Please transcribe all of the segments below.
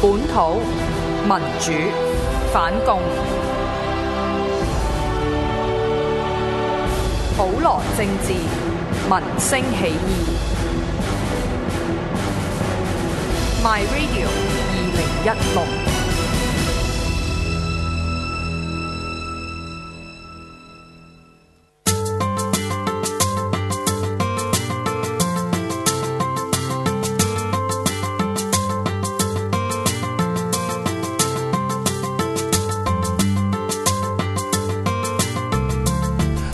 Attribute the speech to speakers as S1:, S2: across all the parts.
S1: 本土民主反共，普羅政治民聲起義。My Radio 二零一六。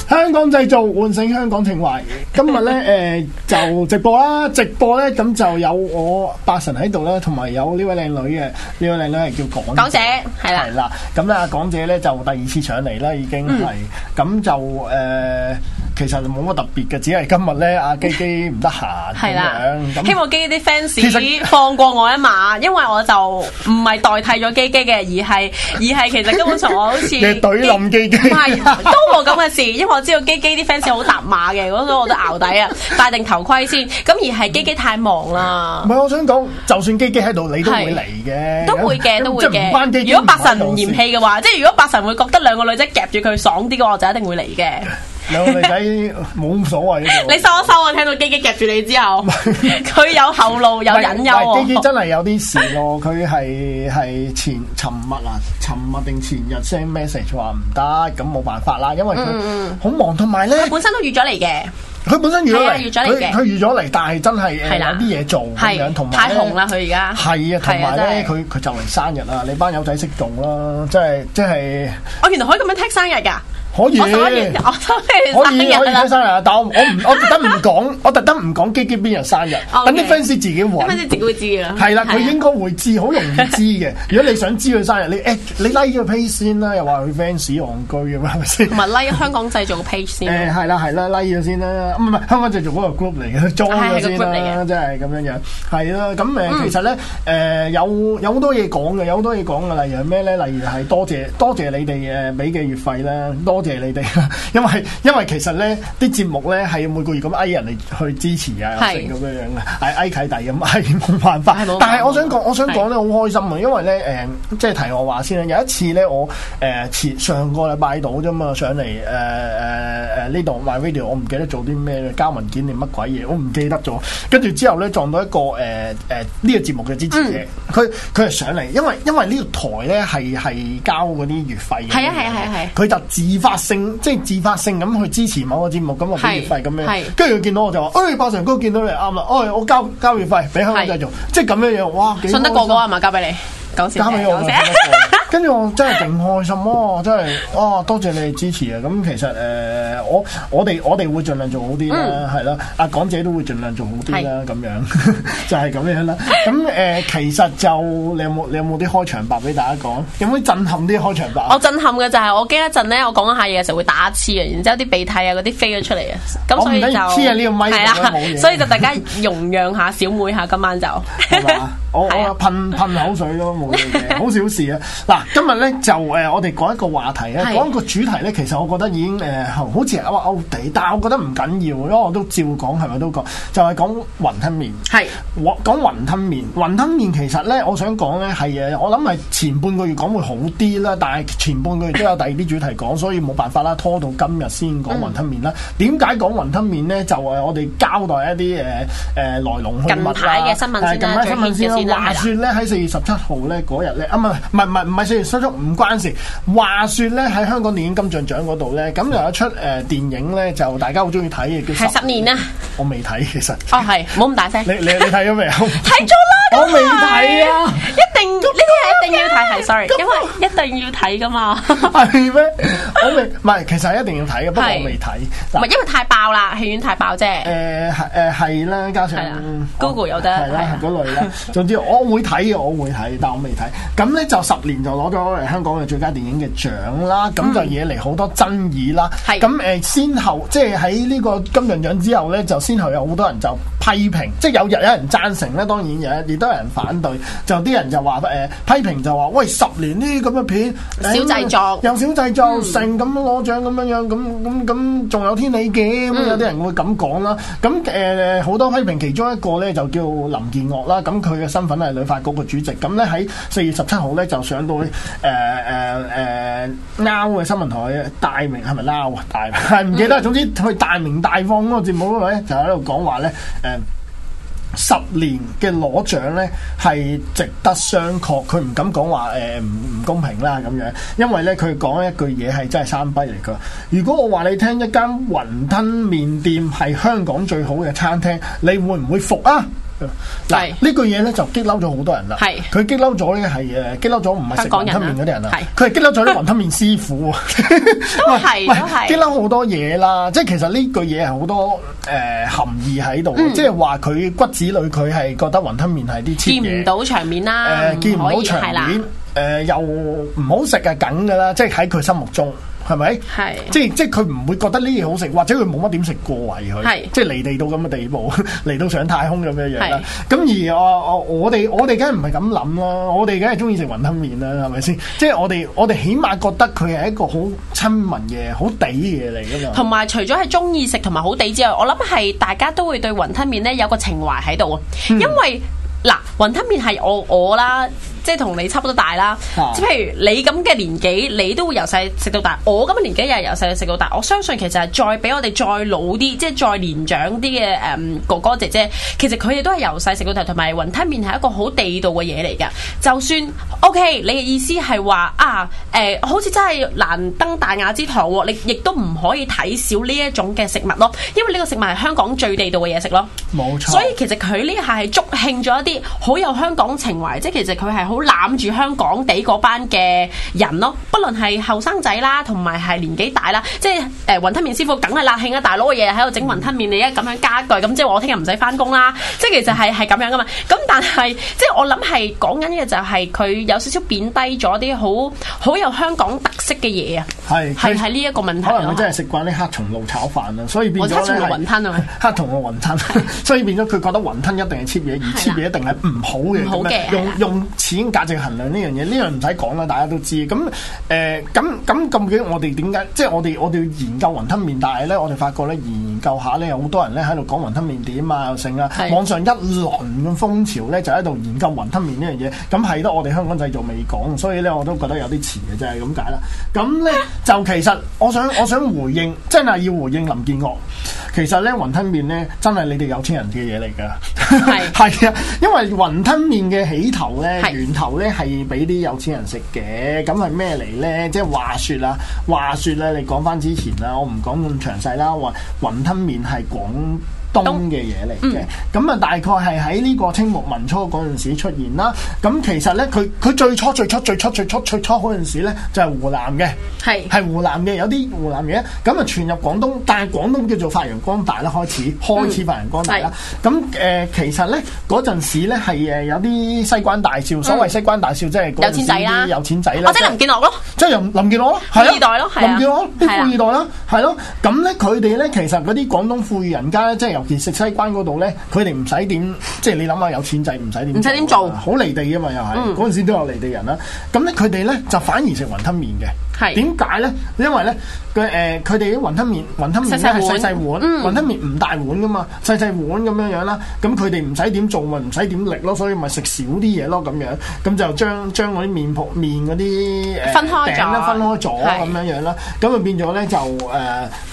S2: 香港製造喚醒香港情懷。今日 咧誒就直播啦，直播咧咁就有我八神喺度啦，同埋有呢位靚女嘅，呢位靚女係叫港
S3: 港姐係啦嗯
S2: 係啦。咁啦，港姐咧就第二次上嚟啦，已經係咁就誒。其實冇乜特別嘅，只係今日咧，阿基 基唔得閒
S3: 係
S2: 咁
S3: 啦
S2: 樣。，咁
S3: 希望基基啲
S2: 其實
S3: fans 放過我一馬，因為我就唔係代替咗基基嘅，而係而係其實根本上我好似
S2: 你係懟冧基基
S3: 唔係都冇咁嘅事，因為我知道基基啲 fans 好搭馬嘅，嗰度我都熬底 啊，戴定頭盔先。咁而係基基太忙啦
S2: 唔。係，我想講，就算基基喺度，你都會
S3: 係
S2: 嚟嘅，
S3: 都會嘅，都會
S2: 啊即係唔關基
S3: 嘅。
S2: 基
S3: 如果八神唔
S2: 關我事
S3: 嫌棄嘅話，即係如果八神會覺得兩個女仔夾住佢爽啲嘅話，我就一定會嚟嘅。
S2: 兩個女仔冇所謂嘅喎。
S3: 你收一收啊！聽到基基夾住你之後，佢有後路，有隱憂啊
S2: 但係基基
S3: 喎。
S2: 真係有啲事咯， 佢係係前尋日啊，尋日定前日 send message 話唔得，咁冇辦法啦，因為佢
S3: 嗯
S2: 好忙，同埋咧
S3: 本身都預咗嚟嘅，
S2: 佢本身預咗
S3: 係啊
S2: 嚟，
S3: 預咗嚟
S2: 佢
S3: 嘅
S2: 佢預咗嚟，但係真係誒
S3: 係啦
S2: 有啲嘢做咁樣，同
S3: 係
S2: 埋
S3: 太
S2: 呢
S3: 紅啦！佢而家
S2: 係啊，同埋咧，
S3: 真係
S2: 佢佢就嚟生日啦！你班友仔識做啦，即係即係
S3: 我哦原來可以咁樣 take 生日㗎，
S2: 可以
S3: 我十一月
S2: 可以可
S3: 我十一月生日
S2: 以睇
S3: 啦，
S2: 生日啊，但我我唔我特登唔講，我特登唔講基基邊日生日，
S3: 哦
S2: 等啲
S3: OK
S2: fans 自己
S3: 咁
S2: 揾
S3: 你。自己會知㗎啦。
S2: 係啦，佢
S3: 係啊
S2: 應該會知，好容易知 嘅。如果你想知佢生日，你誒你 like 個 page 先啦，又話佢 fans 戇居咁，啊係咪 先
S3: 同？埋 like 香港製造個 page 先。
S2: 誒係啦係啦，like 咗先啦，唔係香港製造嗰個 group 嚟嘅，join
S3: 係
S2: 咗
S3: 啊係個
S2: 先
S3: group 嚟
S2: 啦，
S3: 嘅嗯
S2: 即係咁樣樣，係啦。咁誒其實咧誒有有好多嘢講嘅，有好多嘢講嘅，例如係咩咧？例如係多謝多謝你哋誒俾嘅月費啦，多謝你哋， 因為因為其實咧啲節目咧係每個月咁嗌人嚟去支持啊，
S3: 係
S2: 成咁樣樣嘅，係嗌契弟咁嗌冇辦法
S3: 係。冇辦法
S2: 但係我想講，我想講咧好開心啊，因為咧誒即係題我話先啦，有一次咧我誒前上個禮拜到啫嘛，上嚟誒誒誒呢度 my video，我唔記得做啲咩交文件定乜鬼嘢，我唔記得咗。跟住之後咧撞到一個誒誒呢個節目嘅支
S3: 嗯
S2: 持者，佢佢係上嚟，因為因為呢個台咧係係交嗰啲月費嘅，
S3: 係啊係啊係啊係啊
S2: 佢就自發性即係自發性咁去支持某個節目，咁我俾月費咁樣
S3: 係，
S2: 跟住佢見到我就話：，誒，八神哥見到你啱啦，誒，我交交月費俾香港製造，即係咁樣樣，哇！幾
S3: 信得過
S2: 開
S3: 嗰個
S2: 心
S3: 係嘛？交俾你，講笑
S2: 交俾
S3: 啫，
S2: 我啊
S3: 講
S2: 咪
S3: 笑
S2: 得過。跟住我真係勁開心咯，真係哦，多謝你哋支持啊！咁其實誒、呃我我哋我哋會盡量做好啲
S3: 嗯
S2: 啦，係啦、阿港姐都會盡量做好啲啦，咁樣 就係咁樣啦。咁誒、呃其實就你有冇你有冇啲開場白俾大家講？有冇啲震撼啲開場白啊
S3: 我？震撼嘅就係我驚一陣咧，我講一下嘢嘅時候會打黐啊，然之後啲鼻涕啊嗰啲飛咗出嚟啊，咁
S2: 我
S3: 所
S2: 唔
S3: 以
S2: 理
S3: 就
S2: 黐啊呢個咪
S3: 係
S2: 冇嘢
S3: 啦， 所以就大家容讓下小妹下，今晚就
S2: 係嘛？ 我我
S3: 係啊
S2: 噴噴口水咯，冇嘢嘅，好小事啊！ 嗱，今日咧就誒、呃我哋講一個話題啊，
S3: 係
S2: 講一個主題咧，其實我覺得已經誒、呃好似係話歐地，但係我覺得唔緊要，因為我都照講，係咪都講？就係、講雲吞麵。
S3: 係
S2: 我講雲吞麵，雲吞麵其實咧，我想講咧係誒，呃我諗係前半個月講會好啲啦，但係前半個月都有第二啲主題講，所以冇辦法啦，拖到今日先講
S3: 嗯
S2: 雲吞麵啦。點解講雲吞麵咧？就誒，我哋交代一啲誒誒呃來龍去脈啦
S3: 近排嘅新聞先啦
S2: 係近排新聞先
S3: 最 hit 嘅先
S2: 啦。
S3: 啦
S2: 話
S3: 係啦啊
S2: 説咧喺四月十七號咧嗰日咧，啊唔係唔係唔係唔係四月十七唔關事。話説咧喺香港電影金像獎嗰度咧，咁有一出誒電影咧就大家好中意睇嘅叫
S3: 係十年啦，啊
S2: 我未睇其實。
S3: 哦係，唔好咁大聲
S2: 你。你你睇咗未 啊？
S3: 睇咗啦，
S2: 我
S3: 梗係
S2: 未睇啊
S3: 一定呢啲係一定要睇，係 sorry，
S2: 咁
S3: 因為一定要睇噶嘛，唔
S2: 係咩？我未，唔係，其實一定要睇嘅，不過
S3: 係
S2: 我未睇。
S3: 係因為太爆啦，戲院太爆啫，
S2: 誒係誒係啦，加上
S3: 係啦，Google 有得
S2: 係
S3: 係
S2: 啦
S3: 啊
S2: 嗰類 啦。總之我會睇嘅，我會睇，但我未睇。咁咧就十年就攞咗香港嘅最佳電影嘅獎啦，咁就惹嚟好多爭議啦。
S3: 嗯係
S2: 咁誒先後，即係喺呢個金像獎之後咧，就先後有好多人就批評，即係有日有人贊成咧，當然有，亦都有人反對。就啲人就話誒、批評就話，喂十年呢啲咁嘅片，誒
S3: 小製作
S2: 嗯
S3: 嗯
S2: 又小製作，成咁攞獎咁樣樣，咁咁咁仲有天理嘅，
S3: 嗯
S2: 咁有啲人會咁講啦。咁誒好多批評，其中一個咧就叫林建岳啦。咁佢嘅身份係旅發局嘅主席。咁咧喺四月十七號咧就上到誒誒誒 Now 嘅新聞台大明係咪 Now 啊？大明係唔記
S3: 嗯
S2: 得，總之去大明大放嗰個節目嗰度咧就喺度講話咧誒。十年嘅攞獎呢係值得商榷，佢唔敢講話誒唔唔公平啦咁樣，因為呢，佢講一句嘢係真係三不嚟㗎。如果我話你聽一間雲吞麵店係香港最好嘅餐廳，你會唔會服啊？嗱
S3: 係
S2: 呢句嘢呢就激嬲咗好多人啦，
S3: 係
S2: 佢激嬲咗呢係誒激嬲咗唔係食
S3: 香
S2: 雲
S3: 港人啊
S2: 吞麵嗰啲人啊，
S3: 係
S2: 佢係激嬲咗啲雲吞麵師傅啊，
S3: 都
S2: 喂
S3: 係都係
S2: 激嬲好多嘢啦，即係其實呢句嘢係好多誒、呃含義喺度，
S3: 嗯
S2: 即係話佢骨子裏佢係覺得雲吞麵係啲 cheap
S3: 見唔
S2: 嘢，
S3: 到場面
S2: 誒、
S3: 啦，唔
S2: 見唔
S3: 可
S2: 到
S3: 以
S2: 場
S3: 係啦，
S2: 面，誒、又唔好食係梗㗎啦，即係喺佢心目中係咪？
S3: 係
S2: 即係即係佢唔會覺得呢嘢好食，或者佢冇乜點食過胃佢
S3: 係，
S2: 即係離地到咁嘅地步， 嚟到上太空咁樣樣啦
S3: 係。
S2: 咁而我我我哋我哋梗係唔係咁諗啦，我哋梗係中意食雲吞麵啦，係咪先？即係我哋我哋起碼覺得佢係一個好親民嘅、好地嘅嘢嚟㗎嘛。
S3: 同埋除咗係中意食同埋好地之外，我諗係大家都會對雲吞麵咧有個情懷喺度啊，
S2: 嗯
S3: 因為。嗱，雲吞麵係我我啦，即係同你差不多大啦。
S2: 啊
S3: 即係譬如你咁嘅年紀，你都會由細食到大。我咁嘅年紀又係由細食到大。我相信其實係再俾我哋再老啲，即係再年長啲嘅誒哥哥姐姐，其實佢哋都係由細食到大，同埋雲吞麵係一個好地道嘅嘢嚟㗎。就算 OK，你嘅意思係話啊誒、好似真係難登大雅之堂喎，你亦都唔可以睇少呢一種嘅食物咯，因為呢個食物係香港最地道嘅嘢食咯。
S2: 冇錯
S3: 所以其實佢呢下係祝慶咗一啲好有香港情懷，即係其實佢係好攬住香港地嗰班嘅人咯，不論係後生仔啦，同埋係年紀大啦，即係誒、呃雲吞麵師傅梗係辣慶啊，大佬嘅嘢喺度整雲吞麵，你而家咁樣加一句，咁即係我聽日唔使翻工啦，即係其實係係咁樣噶嘛。咁但係即係我諗係講緊嘅就係佢有少少貶低咗啲好好有香港特色嘅嘢啊，
S2: 係
S3: 係
S2: 佢
S3: 係呢一個問題
S2: 可能
S3: 咯
S2: 佢。真係食慣啲黑松露炒飯啦，所以變咗
S3: 我黑松
S2: 咧
S3: 露雲吞啊嘛
S2: 黑松露雲 吞，所以變咗佢覺得雲吞一定係 cheap 嘢，而 cheap 嘢一定係唔好嘅
S3: 唔好
S2: 咁
S3: 嘅
S2: 樣，
S3: 係
S2: 用
S3: 啦
S2: 用錢價值衡量呢樣嘢，呢樣唔使講啦，大家都知。咁誒咁咁咁究竟我哋點解即係我哋我哋要研究雲吞麵，但係咧我哋發覺咧研究下咧，有好多人咧喺度講雲吞麵點啊又剩啊，
S3: 係
S2: 網上一輪嘅風潮咧就喺度研究雲吞麵呢樣嘢，咁係得我哋香港製造未講，所以咧我都覺得有啲遲嘅，就係咁解啦。咁 咧就其實我想我想回應，真係要回應林建岳。其實咧雲吞麵咧真係你哋有錢人嘅嘢嚟㗎，
S3: 係
S2: 係啊，因為雲吞麵嘅起頭咧
S3: 係
S2: 源頭咧係俾啲有錢人食嘅，咁係咩嚟咧？即係話説啦，話説咧，你講翻之前啦，我唔講咁詳細啦。雲雲吞麵係廣東嘅嘢嚟嘅，咁啊、大概係喺呢個清末民初嗰陣時出現啦。咁其實咧，佢佢最初最初最初最初最初嗰陣時咧，就係、湖南嘅。
S3: 係
S2: 係湖南嘅，有啲湖南嘢，咁啊傳入廣東，但係廣東叫做發揚光大啦，開始開
S3: 嗯
S2: 始發揚光大啦。咁誒、呃其實咧嗰陣時咧係誒有啲西關大少，所謂西關大少即係嗰陣時
S3: 嗯有錢仔啦
S2: 啲有錢仔啦，
S3: 或者林建岳咯，
S2: 即係林林建岳咯，
S3: 富二代咯係啊
S2: 林建岳咯啲
S3: 係啊
S2: 富二代啦，係咯。咁咧佢哋咧其實嗰啲廣東富裕人家咧，即係尤其食西關嗰度咧，佢哋唔使點，即係你諗下有錢仔唔使點，啊
S3: 唔使點做
S2: 好離地噶嘛又係。
S3: 嗯
S2: 嗰陣時都有離地人啦。咁咧佢哋咧就反而食雲吞麵嘅。
S3: 係
S2: 點解咧？因為咧佢誒佢哋啲雲吞麵雲吞麵咧
S3: 細細
S2: 係細
S3: 碗
S2: 細碗，
S3: 嗯
S2: 雲吞麵唔大碗噶嘛，細細碗咁樣樣啦。咁佢哋唔使點做咪唔使點力咯，所以咪食少啲嘢咯咁樣。咁就將將嗰啲麵鋪麵嗰啲誒
S3: 分開咗
S2: 餅咧分開咗
S3: 係
S2: 咁樣樣啦，咁啊變咗咧就誒、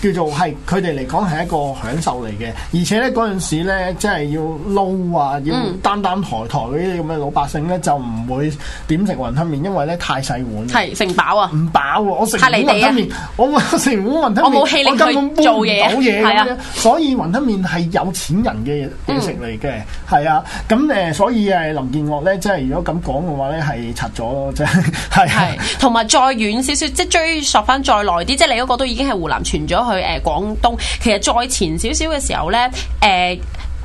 S2: 叫做係佢哋嚟講係一個享受嚟嘅，而且咧嗰陣時咧即係要撈啊，要
S3: 嗯
S2: 擔擔抬抬嗰啲咁嘅老百姓咧就唔會點食雲吞麵，因為咧太細碗。
S3: 係成飽啊
S2: 唔！飽喎，我食
S3: 太
S2: 碗雲
S3: 離地啊
S2: 吞麵，我我 食碗雲吞麵，
S3: 我冇氣
S2: 根
S3: 力
S2: 本
S3: 去
S2: 搬唔
S3: 做嘢
S2: 到嘢
S3: 係
S2: 咁
S3: 啊嗯
S2: 樣，所以雲吞麵係有錢人嘅嘢食嚟嘅，係啊，咁誒，所以誒林建岳咧，即係如果咁講嘅話咧，係拆咗咯，即係 係啊
S3: 係，同埋再遠少少，即係追溯翻再耐啲，即係你嗰個都已經係湖南傳咗去誒、呃、廣東。其實再前少少嘅時候咧，誒、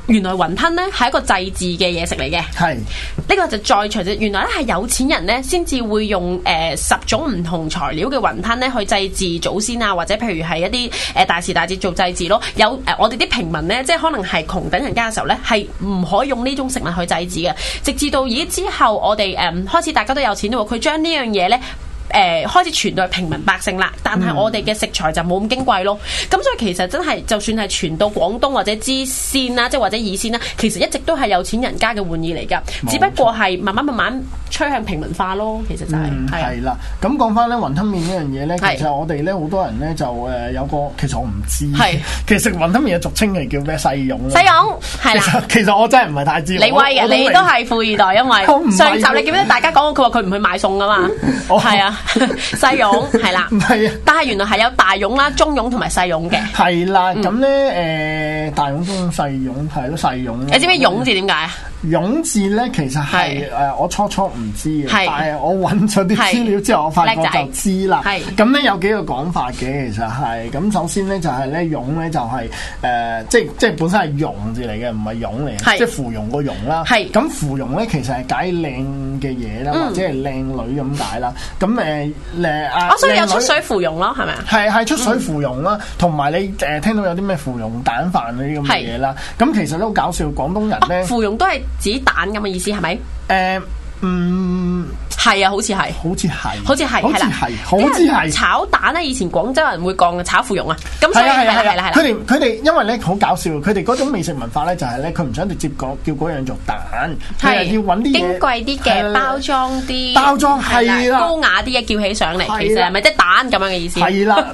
S3: 原來雲吞咧係一個祭祀嘅嘢食嚟嘅。
S2: 係
S3: 呢個就再詳細，原來咧係有錢人咧先至會用誒、呃十種唔同材料嘅雲吞咧去祭祀祖先啊，或者譬如係一啲誒、呃大時大節做祭祀咯。有誒、呃我哋啲平民咧，即係可能係窮等人家嘅時候咧，係唔可以用呢種食物去祭祀嘅。直至到咦之後，我哋誒、呃、開始大家都有錢嘞喎，佢將呢樣嘢咧。誒、開始傳到去平民百姓啦，但係我哋嘅食材就冇咁矜貴咯。咁所以其實真係，就算係傳到廣東或者支線啦，即係或者以線啦，其實一直都係有錢人家嘅玩意嚟㗎，
S2: 冇
S3: 只不過係慢慢慢慢趨向平民化咯。其實就係、
S2: 嗯
S3: 係啊
S2: 係啦，咁講翻咧雲吞麵呢樣嘢咧，
S3: 係
S2: 其實我哋咧好多人咧就誒有個，其實我唔知
S3: 係，
S2: 其實食雲吞麵嘅俗稱係叫咩細蓉啦
S3: 西勇係
S2: 其
S3: 啦，
S2: 實其實我真係唔係太知，
S3: 你威
S2: 我
S3: 嘅，
S2: 我
S3: 你
S2: 明
S3: 都係富二代，因
S2: 我唔
S3: 為
S2: 係
S3: 上集你記唔記得大家講過佢話佢唔去買餸㗎嘛？
S2: 哦
S3: 係啊， 西勇係啦
S2: 唔，係啊。
S3: 但係原來係有大勇啦、中勇同埋細勇嘅。
S2: 係啦，
S3: 嗯
S2: 咁咧誒大勇中細勇係咯細勇。
S3: 你知唔知勇字點解啊？
S2: 勇字咧？其實係
S3: 係
S2: 誒我初初唔知嘅，
S3: 係
S2: 但係我揾咗啲資料之後，我發覺
S3: 叻仔
S2: 就知啦。
S3: 係
S2: 咁咧有幾個講法嘅，其實係咁首先咧就係咧勇咧就係誒即即本身係容字嚟嘅，唔係勇嚟嘅，
S3: 係
S2: 即芙蓉個蓉啦。
S3: 係
S2: 咁芙蓉咧其實係解靚嘅嘢啦，
S3: 嗯
S2: 或者係靚女咁解啦。咁誒誒啊
S3: 哦我所以有
S2: 靚
S3: 出
S2: 女
S3: 水芙蓉咯，係咪啊？
S2: 係係出水芙蓉啦，同埋你誒聽到有啲咩芙蓉蛋飯嗰啲咁嘅嘢啦，咁其實都好搞笑。廣東人
S3: 哦
S2: 咧，
S3: 芙蓉都係指蛋咁嘅意思係咪？
S2: 誒嗯，
S3: 係啊，好似係。
S2: 好似係，
S3: 好似係，
S2: 好似
S3: 係啦，
S2: 係，好似
S3: 啲人
S2: 係。
S3: 炒蛋咧，以前廣州人會講嘅炒芙蓉啊，咁所以
S2: 係啊係
S3: 係啦
S2: 啊
S3: 係
S2: 係
S3: 啦
S2: 啊！
S3: 係
S2: 佢
S3: 啦，
S2: 哋佢哋因為咧好搞笑，佢哋嗰種美食文化咧就係咧，佢唔想直接講叫嗰樣做蛋，佢係要揾啲嘢
S3: 矜貴啲
S2: 係
S3: 嘅
S2: 啦
S3: 包裝啲，
S2: 包裝係啦
S3: 高雅啲嘅叫起上
S2: 係啦
S3: 嚟，其實係咪即係蛋咁樣嘅意思？
S2: 係 啦，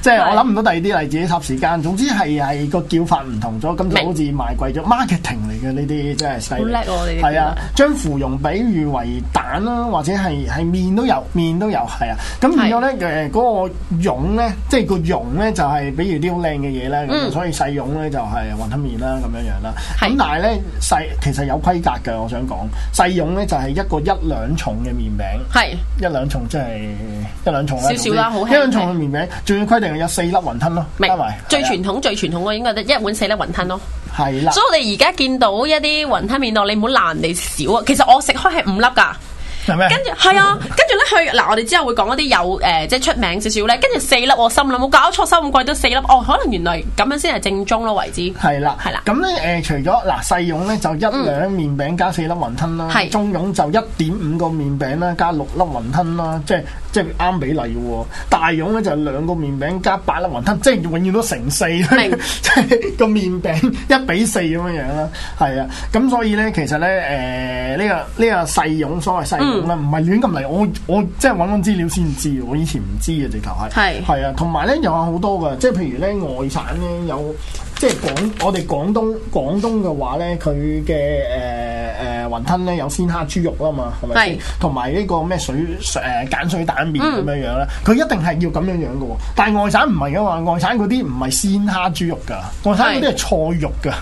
S2: 即係
S3: 係
S2: 我諗唔到第二啲例子，霎時間。總之係係個叫法唔同咗，咁就好似賣貴咗 marketing 嚟嘅呢啲，真係犀利。
S3: 好叻喎你哋
S2: 係啊，將芙蓉比喻為蛋啦，或者係係面都有，面都有係啊。咁變咗咧誒嗰個蓉咧，即係個蓉咧就係比如啲好靚嘅嘢咧，咁
S3: 嗯
S2: 所以細蓉咧就係雲吞麵啦咁樣樣啦。
S3: 係
S2: 咁但係咧細其實有規格嘅，我想講細蓉咧就係一個一兩重嘅麵餅。
S3: 係
S2: 一兩重即係一兩重啦，
S3: 少少啦
S2: 總之
S3: 好輕
S2: 一兩重嘅麵餅，仲要規定有四粒雲吞咯，
S3: 明
S2: 加埋
S3: 最傳統最傳統嘅應該得一碗四粒雲吞咯，
S2: 係啦，
S3: 所以我哋而家見到一啲雲吞麵檔，你唔好鬧人哋少啊，其實我食開係五粒㗎。
S2: 係咩？
S3: 跟住係啊，跟住咧佢嗱，我哋之後會講一啲有誒、呃即係出名少少咧。跟住四粒，我心諗冇搞錯，收咁貴都四粒，哦，可能原來咁樣先係正宗咯，為之
S2: 係啦，
S3: 係啦嗯
S2: 咁咧誒，除咗嗱細蓉咧就一兩麵餅加四粒雲吞啦，
S3: 係
S2: 中蓉就一點五個麵餅啦，加六粒雲吞啦，即係即係啱比例喎。大蓉咧就兩個麵餅加八粒雲吞，即係永遠都成四， 即
S3: 明
S2: 係個麵餅一比四咁樣樣啦。係啊，咁所以咧其實咧誒呢個呢個細蓉所謂細蓉
S3: 嗯
S2: 啦，唔係亂咁嚟，我我即係揾揾資料先知，我以前唔知嘅直頭係。
S3: 係
S2: 係啊，同埋咧又有好多嘅，即係譬如咧外省咧有，即係廣我哋廣東廣東嘅話咧，佢嘅誒誒雲吞咧有鮮蝦豬肉啊嘛，係咪先
S3: 係？嗯
S2: 同埋呢個咩水誒、鹼水蛋麵咁樣樣咧，佢、一定係要咁樣樣嘅喎。但係外省唔係噶嘛，外省嗰啲唔係鮮蝦豬肉㗎，外省嗰啲係菜肉㗎。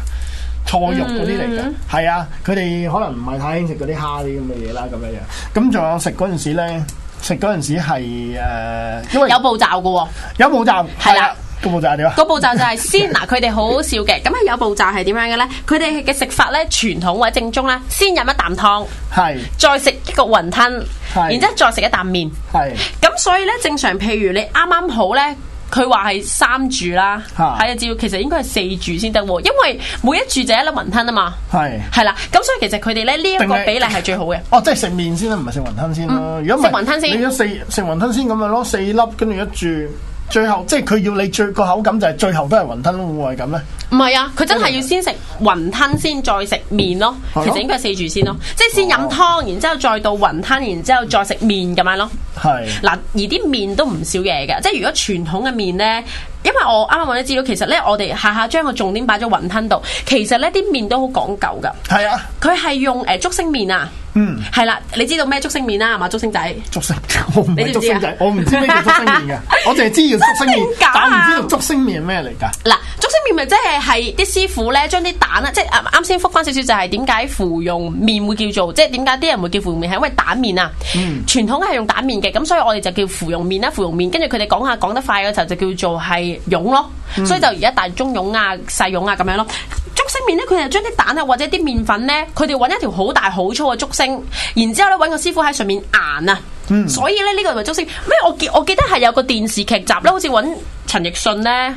S2: 菜肉嗰啲嚟嘅，
S3: 嗯
S2: 係、啊，佢哋可能唔係太興食嗰啲蝦啲咁嘅嘢啦，咁樣樣。咁仲有食嗰陣時咧，食嗰陣時係誒、呃因為
S3: 有步驟嘅喎、
S2: 有冇站？
S3: 係啦，
S2: 個冇站係點啊？
S3: 個步驟就係先嗱，佢哋好好笑嘅。咁啊係有步驟係點樣嘅咧？佢哋嘅食法咧，傳統或者正宗咧，先飲一啖湯，
S2: 係
S3: 再食一個雲吞，
S2: 係
S3: 然之後再食一啖麵。
S2: 係
S3: 咁所以咧，正常譬如你啱啱好咧。佢話係三注啦，
S2: 嚇
S3: 係啊，照其實應該係四注先得喎，因為每一注就一粒雲吞啊嘛。
S2: 係。
S3: 係啦，咁所以其實佢哋咧呢一個比例係最好嘅。
S2: 哦，即係食麵先啦，唔係食雲吞先啦。如果唔係
S3: 嗯食雲吞先
S2: 你一四食雲吞先咁樣咯，四粒跟住一注，最後即係佢要你最個口感就係最後都係雲吞，會唔會係咁咧？
S3: 唔係啊，佢真係要先食雲吞先再食麵咯。
S2: 係咯
S3: 其實應該係四住先咯，即係先飲湯，然之後再到雲吞，然之後再食麵咁樣咯。
S2: 係
S3: 嗱，而啲麵都唔少嘢嘅，即係如果傳統嘅麵呢，因為我啱啱揾咗資料，其實呢，我哋下下將個重點擺咗雲吞度，其實呢啲麵都好講究噶。
S2: 係啊，
S3: 佢係用誒竹升麵啊，
S2: 嗯，
S3: 係啦，你知道咩竹升麵啦，係嘛？竹升仔。
S2: 竹升， 我唔係
S3: 你知
S2: 竹
S3: 唔知啊
S2: 升仔，我唔知咩叫竹升麵 嘅，我淨係知道竹升麵
S3: 真定，假
S2: 但
S3: 啊
S2: 我唔知道竹升麵係咩嚟㗎。
S3: 嗱，竹升麵咪即係係啲師傅咧將啲蛋啦，即係啊啱先覆翻少少就係點解芙蓉麵會叫做，即係點解啲人會叫芙蓉麵係因為蛋麵啊。
S2: 嗯
S3: 傳統係用蛋麵嘅，咁所以我哋就叫芙蓉麵啦，芙蓉麵。跟住佢哋講下講得快嘅時候就叫做係蓉咯，所以就而家大中蓉啊、細蓉啊咁樣咯。竹升麵咧，佢就將啲蛋啊或者啲麵粉咧，佢哋揾一條好大好粗嘅竹升，然之後咧揾個師傅喺上面硬啊。所以咧呢、個就係竹升。咩？我記我記得係有個電視劇集咧，好似揾陳奕迅咧。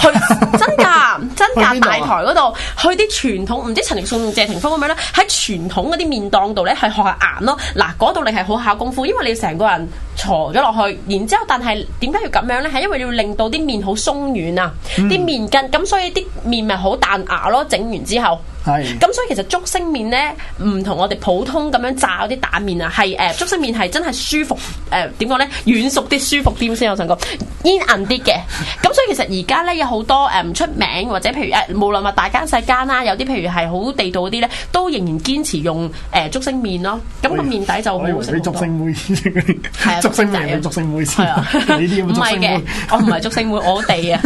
S3: 去 真㗎，真
S2: 去邊
S3: 㗎，
S2: 度
S3: 大
S2: 啊
S3: 台嗰度去啲傳統，唔知陳奕迅、謝霆鋒咁樣咧，喺傳統嗰啲麵檔度咧係學下硬咯。嗱，嗰度你係好考功夫，因為你成個人坐咗落去，然之後但係點解要咁樣咧？係因為要令到啲面好鬆軟啊，
S2: 嗯
S3: 啲面筋咁，所以啲面咪好彈牙咯。整完之後。
S2: 係
S3: 咁所以其實竹升麵咧，唔同我哋普通咁樣炸嗰啲蛋麵啊，係誒、竹升麵係真係舒服誒點講咧，軟熟啲、舒服啲先。我想講煙韌啲嘅。咁所以其實而家咧有好多誒唔、出名或者譬如誒、無論話大間細間啦，有啲譬如係好地道嗰啲咧，都仍然堅持用誒、竹升麵咯。咁個麵底就好
S2: 我以
S3: 好
S2: 為
S3: 食
S2: 啲
S3: 好
S2: 竹
S3: 多
S2: 升。妹
S3: 係 啊，
S2: 竹升妹你竹升妹先，
S3: 係啊，
S2: 你啲咁嘅
S3: 唔
S2: 竹
S3: 係
S2: 升
S3: 嘅
S2: 妹，
S3: 我唔係竹升妹，我 哋啊，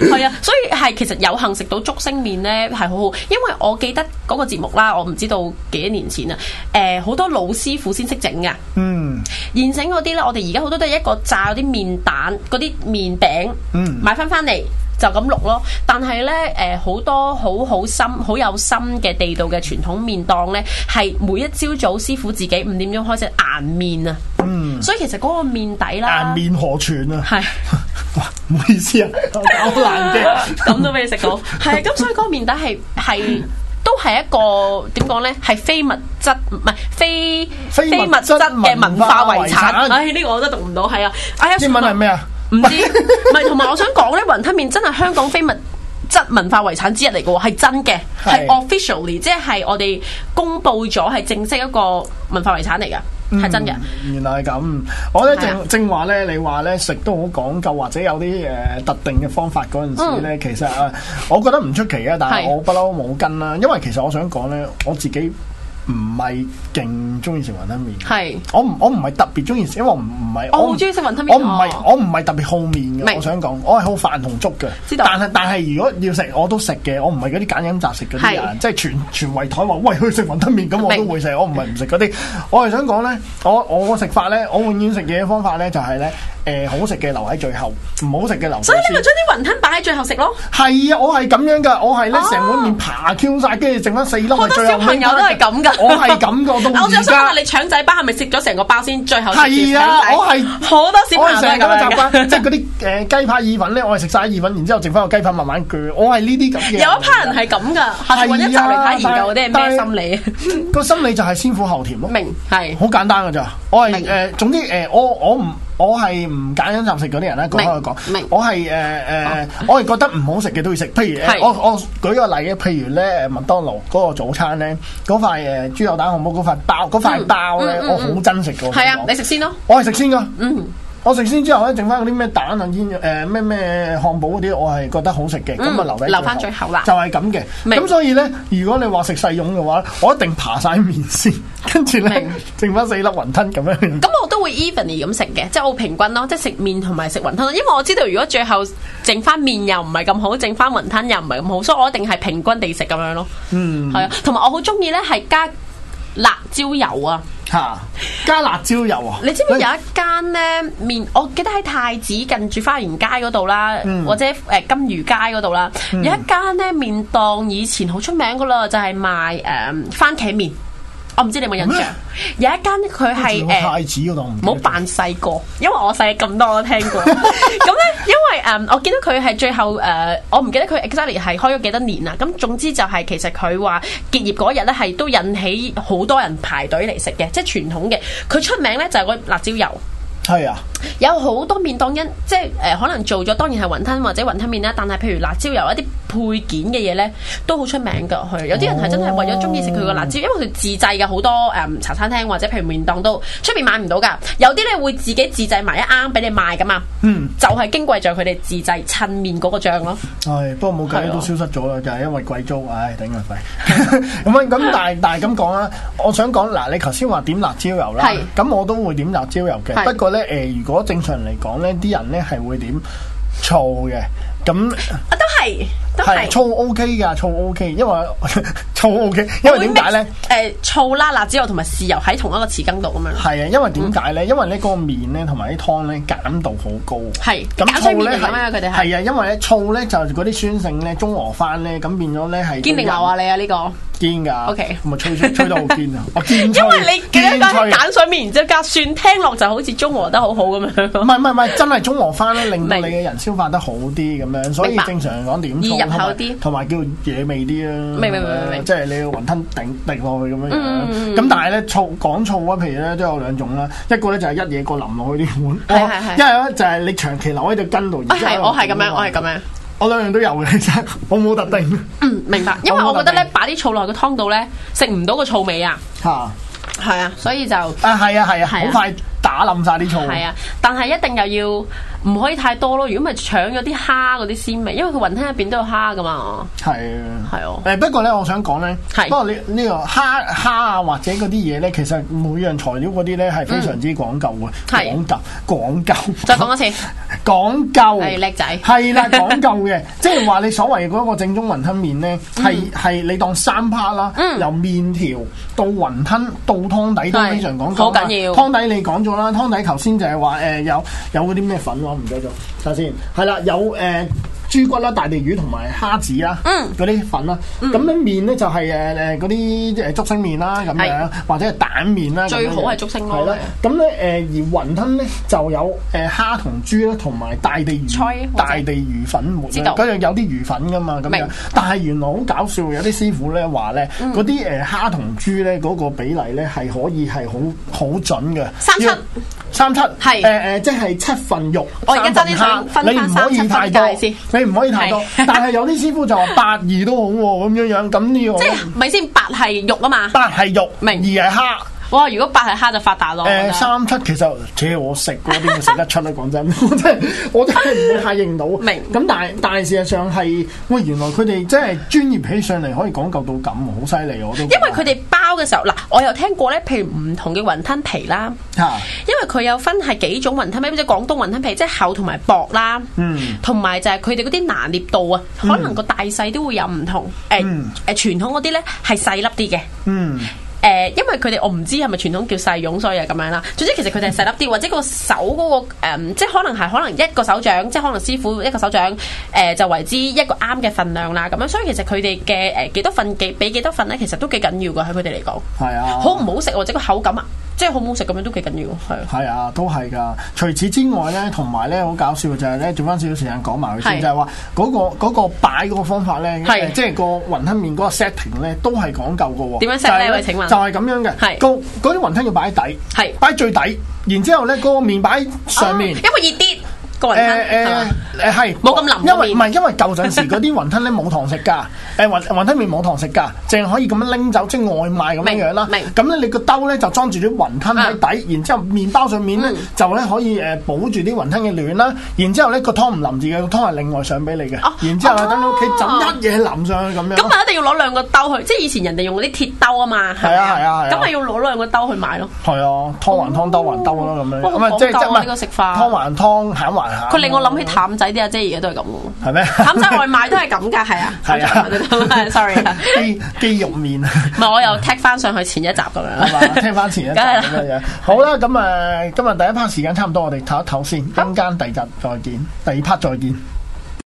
S3: 係啊，所以係其實有幸食到竹升麵咧係好好，因為我記得嗰個節目啦，我唔知道幾年前啊，誒、好多老師傅先識整噶，
S2: 嗯，
S3: 現成嗰啲咧，我哋而家好多都係一個炸嗰啲麵蛋、嗰啲麵餅，
S2: 嗯
S3: 買翻翻嚟。就咁錄咯，但係咧誒好多好好心、好有心嘅地道嘅傳統麵檔咧，係每一朝早師傅自己五點鐘開始硬面啊，嗯，所以其實嗰個面底啦，
S2: 顏面何存啊？
S3: 係。
S2: 哇，唔好意思啊，我搞爛 嘅。
S3: 咁都俾你食到，係啊咁所以嗰個麵底係係都係一個點講咧，係非物質唔係非
S2: 非物
S3: 物
S2: 質
S3: 質嘅文化遺
S2: 文化遺產
S3: 產。唉，呢個我都讀唔到，係啊，哎呀，
S2: 英文係咩啊？
S3: 唔知，唔係同埋我想講咧，雲吞麵真係香港非物質文化遺產之一嚟嘅喎，係真嘅，
S2: 係
S3: 係 officially，即係我哋公佈咗係正式一個文化遺產嚟嘅，
S2: 嗯
S3: 係真嘅。
S2: 原來係咁，我咧
S3: 係啊
S2: 正正話咧，你話咧食都好講究，或者有啲誒、呃特定嘅方法嗰陣時咧，其實啊，我覺得唔出奇啊，但係
S3: 嗯係
S2: 我不嬲冇跟啦，因為其實我想講咧，我自己唔係勁中意食雲吞麵。
S3: 係
S2: 我唔我唔係特別中意食，因為我唔唔係
S3: 我好
S2: 唔
S3: 鍾意食雲吞麵
S2: 我唔係
S3: 哦
S2: 我唔係特別好面嘅。
S3: 明
S2: 我想講，我係好飯同粥嘅。
S3: 知道
S2: 但係但係如果要食我都食嘅，我唔係嗰啲揀飲擇食嗰啲人，
S3: 係
S2: 即係全全圍台話喂去食雲吞麵咁我都
S3: 明
S2: 會食，我唔係唔食嗰啲。我係想講咧，我我食法咧，我永遠食嘢嘅方法咧就係咧，誒好食嘅留喺最後，唔好食嘅留
S3: 所以你
S2: 最先。
S3: 咪將啲雲吞擺喺最後食咯。
S2: 係啊，我係咁樣噶，我係咧
S3: 哦
S2: 成碗麵扒 Q 晒，跟住剩翻四粒
S3: 好
S2: 係
S3: 多
S2: 最後
S3: 小朋友都係咁噶，
S2: 我係咁噶，到
S3: 我
S2: 而
S3: 想
S2: 家
S3: 問下。你腸仔包係咪食咗成個包先，最後食住
S2: 係啊
S3: 腸仔
S2: 我係
S3: 好多小
S2: 我
S3: 朋
S2: 係
S3: 友
S2: 成
S3: 都係
S2: 日咁嘅習
S3: 咁樣
S2: 慣，
S3: 嘅。
S2: 即係嗰啲誒雞扒意粉咧，我係食晒意粉，然之後剩翻個雞粉慢慢鋸。我係呢啲咁嘅。
S3: 有一 part 人係咁噶，下次揾一集嚟睇研究嗰啲係咩心理，
S2: 啊係嗯個心理就係先苦後甜咯，
S3: 明係
S2: 好簡單㗎咋。我係
S3: 明
S2: 誒，總之誒，我我唔。我係唔揀飲擇食嗰啲人咧，講開講
S3: 明，哦
S2: 我係誒誒，我係覺得唔好食嘅都要食。譬如誒
S3: 係
S2: 我我舉個例嘅，譬如咧誒麥當勞嗰個早餐咧，嗰塊誒豬油蛋漢堡嗰塊包嗰塊包咧，
S3: 嗯嗯
S2: 我好憎食嘅。我
S3: 係啊
S2: 想，講
S3: 你食先咯，
S2: 我係食先㗎。
S3: 嗯
S2: 我食先之後咧，剩翻嗰啲咩蛋啊、煙誒咩咩漢堡嗰啲，我係覺得好食嘅，咁
S3: 嗯
S2: 啊留喺
S3: 留返最後啦
S2: 就係咁嘅。
S3: 明
S2: 咁所以咧，如果你話食細蓉嘅話，我一定扒晒面 先，跟住咧
S3: 明
S2: 剩翻四粒雲吞咁 樣。
S3: 咁我都會 evenly 咁食嘅，即係我平均咯，即係食麵同埋食雲吞，因為我知道如果最後剩翻麵又唔係咁好，剩翻雲吞又唔係咁好，所以我一定係平均地食咁樣咯。
S2: 嗯，
S3: 係啊，同埋我好中意咧係加辣椒油啊。
S2: 嚇加辣椒油啊！
S3: 你知唔知有一間咧面？我記得喺太子近住花園街嗰度啦，
S2: 嗯
S3: 或者誒、呃金魚街嗰度啦，有一間咧麵檔以前好出名噶啦，就係、賣誒、呃番茄麵。我唔知你有冇印象
S2: 咩？
S3: 有一間佢係
S2: 有
S3: 誒。
S2: 太子嗰度唔記
S3: 唔好
S2: 得咗
S3: 扮細個，因為我細咁多我都聽過。咁咧，因為誒、嗯我見到佢係最後誒、呃我唔記得佢 exactly 係開咗幾多年啦。咁總之就係其實佢話結業嗰日咧，係都引起好多人排隊嚟食嘅，即係傳統嘅。佢出名咧就係個辣椒油。
S2: 係啊，
S3: 有好多麵檔因即係誒、呃可能做咗，當然係雲吞或者雲吞麵啦。但係譬如辣椒油一啲配件嘅嘢咧，都好出名㗎。佢有啲人係真係為咗中意食佢個辣椒，因為佢自製嘅好多誒、嗯茶餐廳或者譬如麵檔都出邊買唔到㗎。有啲咧會自己自製埋一啱俾你賣㗎嘛。
S2: 嗯，
S3: 就係矜貴在佢哋自製襯面嗰個醬咯。
S2: 係，不過冇計
S3: 係啊
S2: 都消失咗啦，就係因為貴租，唉，頂佢肺。咁 啊咁，但係但係咁講啦，我想講嗱，你頭先話點辣椒油啦
S3: 係，
S2: 咁我都會點辣椒油嘅。
S3: 係
S2: 不過咧，誒，如果正常嚟講咧，啲人咧係會點醋嘅。咁
S3: 啊，都係都係
S2: 係醋 OK 噶，醋 OK，因為 醋 OK，因為點解咧？？
S3: 誒呃醋啦、辣椒油同埋豉油喺同一個匙羹度咁樣。
S2: 係啊，因為點解咧？因為呢嗰個面咧同埋啲湯咧鹼度好高，
S3: 係鹼
S2: 咁
S3: 水
S2: 醋
S3: 面
S2: 咧
S3: 嚟㗎嘛佢哋係
S2: 係啊，因為咧醋咧就嗰啲酸性咧中和翻咧，咁變咗咧係
S3: 堅定流啊你啊呢個，
S2: 堅㗎
S3: OK
S2: 咪吹吹吹到好堅 啊！我堅吹，
S3: 因為你嘅一個
S2: 堅
S3: 係
S2: 吹啊
S3: 鹼水面，然之後加蒜，聽落就好似中和得好好咁
S2: 唔
S3: 樣。
S2: 係唔係唔係，真係中和翻咧，令到你
S3: 明
S2: 嘅人消化得好啲咁樣，所以
S3: 明白
S2: 正常嚟講點醋
S3: 易入
S2: 同
S3: 口
S2: 埋
S3: 啲
S2: 同埋叫野味啲啦。
S3: 明明明明明
S2: 即係你要雲吞頂頂落去咁樣
S3: 嗯
S2: 樣。咁但係咧醋講醋啊，譬如咧都有兩種啦，一個咧就係一嘢過淋落去啲碗，
S3: 係係係
S2: 一係咧就係你長期留喺隻根度。
S3: 啊係，我係咁樣，我係咁樣。
S2: 我兩樣都有嘅，其實我冇特定
S3: 嗯，明白。因為
S2: 我
S3: 我
S2: 冇
S3: 覺
S2: 特
S3: 得咧
S2: 別，
S3: 擺啲醋落去個湯度咧，食唔到個醋味啊。
S2: 嚇。啊
S3: 係啊，所以就
S2: 係啊係啊，
S3: 係啊
S2: 好快打冧晒啲醋。
S3: 係啊，但係一定又要唔可以太多咯。如果咪搶咗啲蝦嗰啲鮮味，因為佢雲吞入邊都有蝦噶嘛。
S2: 係啊。
S3: 係哦，
S2: 誒不過咧，我想講咧，
S3: 係
S2: 不過呢呢個蝦蝦啊或者嗰啲嘢咧，其實每樣材料嗰啲咧係非常之講究嘅，
S3: 係
S2: 講究講究，
S3: 再講一次，
S2: 講究
S3: 係叻仔
S2: 係 啦講究嘅，即係話你所謂嗰個正宗雲吞麵咧，係係你當三 part 啦，
S3: 嗯
S2: 由麵條到雲吞到湯底都
S3: 係
S2: 非常講究啦
S3: 好緊要
S2: 湯底你講咗啦，湯底頭先就係話誒有有嗰啲咩粉我唔記得咗，睇下先，係啦有誒。豬骨啦、大地魚同埋蝦子啦，
S3: 嗯
S2: 嗰啲粉啦，咁咧麵咧就係誒誒嗰啲誒竹升麵啦，咁樣或者係蛋麵啦，咁樣
S3: 最好係竹升咯
S2: 係啦，咁咧誒而雲吞咧就有誒蝦同豬啦，同埋大地
S3: 菜
S2: 魚
S3: 或者
S2: 大地魚粉末
S3: 知
S2: 啦，
S3: 道
S2: 嗰樣有啲魚粉噶嘛咁
S3: 明嗯
S2: 樣，但係原來好搞笑，有啲師傅咧話咧嗰啲誒蝦同豬咧嗰個比例咧係可以係好好準嘅，
S3: 三七
S2: 要三七誒
S3: 係
S2: 誒，即係七份肉，
S3: 我而家
S2: 三
S3: 爭啲
S2: 份蝦
S3: 想分
S2: 你
S3: 返
S2: 唔
S3: 三
S2: 可
S3: 七
S2: 以
S3: 分
S2: 太
S3: 界
S2: 多，
S3: 先
S2: 你唔可以太多
S3: 係，
S2: 但係有啲師傅就話八二都好喎咁樣樣，咁呢個
S3: 即係咪先？八係肉啊嘛。
S2: 八係肉，
S3: 明
S2: 二係蝦。
S3: 哇！如果八係蝦就發達咯。我覺
S2: 誒
S3: 得
S2: 三七其實，且我食嗰邊會食得出啦。講真， 我真係我真係唔會太認到。
S3: 明
S2: 咁但係但係事實上係，喂，原來佢哋真係專業起上嚟可以講究到咁，好犀利我都覺得。
S3: 因為佢哋包嘅時候，嗱，我有聽過咧，譬如唔同嘅雲吞皮啦，
S2: 嚇
S3: 因為佢有分係幾種雲吞皮，即係廣東雲吞皮，即係厚同埋薄啦，
S2: 嗯，
S3: 同埋就係佢哋嗰啲拿捏度啊，可能個大細都會有唔同，誒
S2: 嗯
S3: 誒傳統嗰啲咧係細粒啲嘅。
S2: 嗯
S3: 誒、因為佢哋我唔知係咪傳統叫細擁，所以係咁樣啦。總之其實佢哋係細粒啲，或者個手嗰、個、誒即係可能係可能一個手掌，即係可能師傅一個手掌誒、就為之一個啱嘅份量啦。咁樣，所以其實佢哋嘅誒幾多份幾俾幾多份咧，其實都幾緊要㗎喺佢哋嚟講，
S2: 係啊，
S3: 好唔好食或者個口感啊，即係好唔好食咁樣都幾緊要，係啊。
S2: 係啊，都係㗎。除此之外咧，同埋咧好搞笑嘅就係咧，做翻少少時間講埋佢
S3: 係
S2: 先，就係話嗰個嗰個擺嗰個方法咧，
S3: 係
S2: 誒即係個雲吞麵嗰個 setting 咧，都係講究嘅喎。
S3: 點樣 set 呢
S2: 就係
S3: 喂請問
S2: 就係咁樣
S3: 係
S2: 嘅，個嗰啲雲吞要擺喺底，
S3: 係
S2: 擺最底，然之後咧嗰個麵擺喺上面
S3: 哦。因為熱啲個哦雲
S2: 誒
S3: 吞
S2: 誒
S3: 係
S2: 啊
S3: 嘛
S2: 誒係
S3: 冇咁淋
S2: 因為
S3: 個面
S2: 唔係因為舊陣時嗰啲雲吞咧冇糖食㗎，誒雲雲吞麵冇糖食㗎，淨係可以咁樣拎走即係外賣咁樣樣啦
S3: 明明。啊
S2: 咁咧你個兜咧就裝住啲雲吞喺底，然之後麵包上面咧
S3: 嗯
S2: 就咧可以誒保住啲雲吞嘅暖啦。然之後咧個湯唔淋住嘅，個湯係另外上俾你嘅
S3: 哦。
S2: 然之後咧
S3: 哦
S2: 等你屋企浸一嘢淋上去咁樣
S3: 咁啊
S2: 咯。
S3: 咪一定要攞兩個兜去，即係以前人哋用嗰啲鐵兜啊嘛，係
S2: 係
S3: 咪
S2: 啊係啊係啊
S3: 咁咪要攞兩個兜去買咯。
S2: 係啊，湯還湯，兜還兜啦咁樣。
S3: 哇
S2: 咁啊，即係即
S3: 好講究
S2: 係
S3: 啊
S2: 唔係
S3: 呢個食法
S2: 湯還湯，餡還餡。
S3: 佢令我諗起淡仔啲阿姐而家都係咁 嘅
S2: 係咩？
S3: 喎，淡仔外賣都係咁㗎，係啊，
S2: 係啊
S3: 淡仔外賣都 係咁，sorry 啊，
S2: 雞雞肉 麵啊。
S3: 唔係我又踢翻上去前一集咁樣
S2: 係嘛？
S3: 啦。
S2: 聽翻前一集
S3: 梗係啦
S2: 咁呃樣樣。好啦，咁誒，今日第一 part 時間差唔多，我哋唞一唞先，中間第二集再見，第二 part 再見。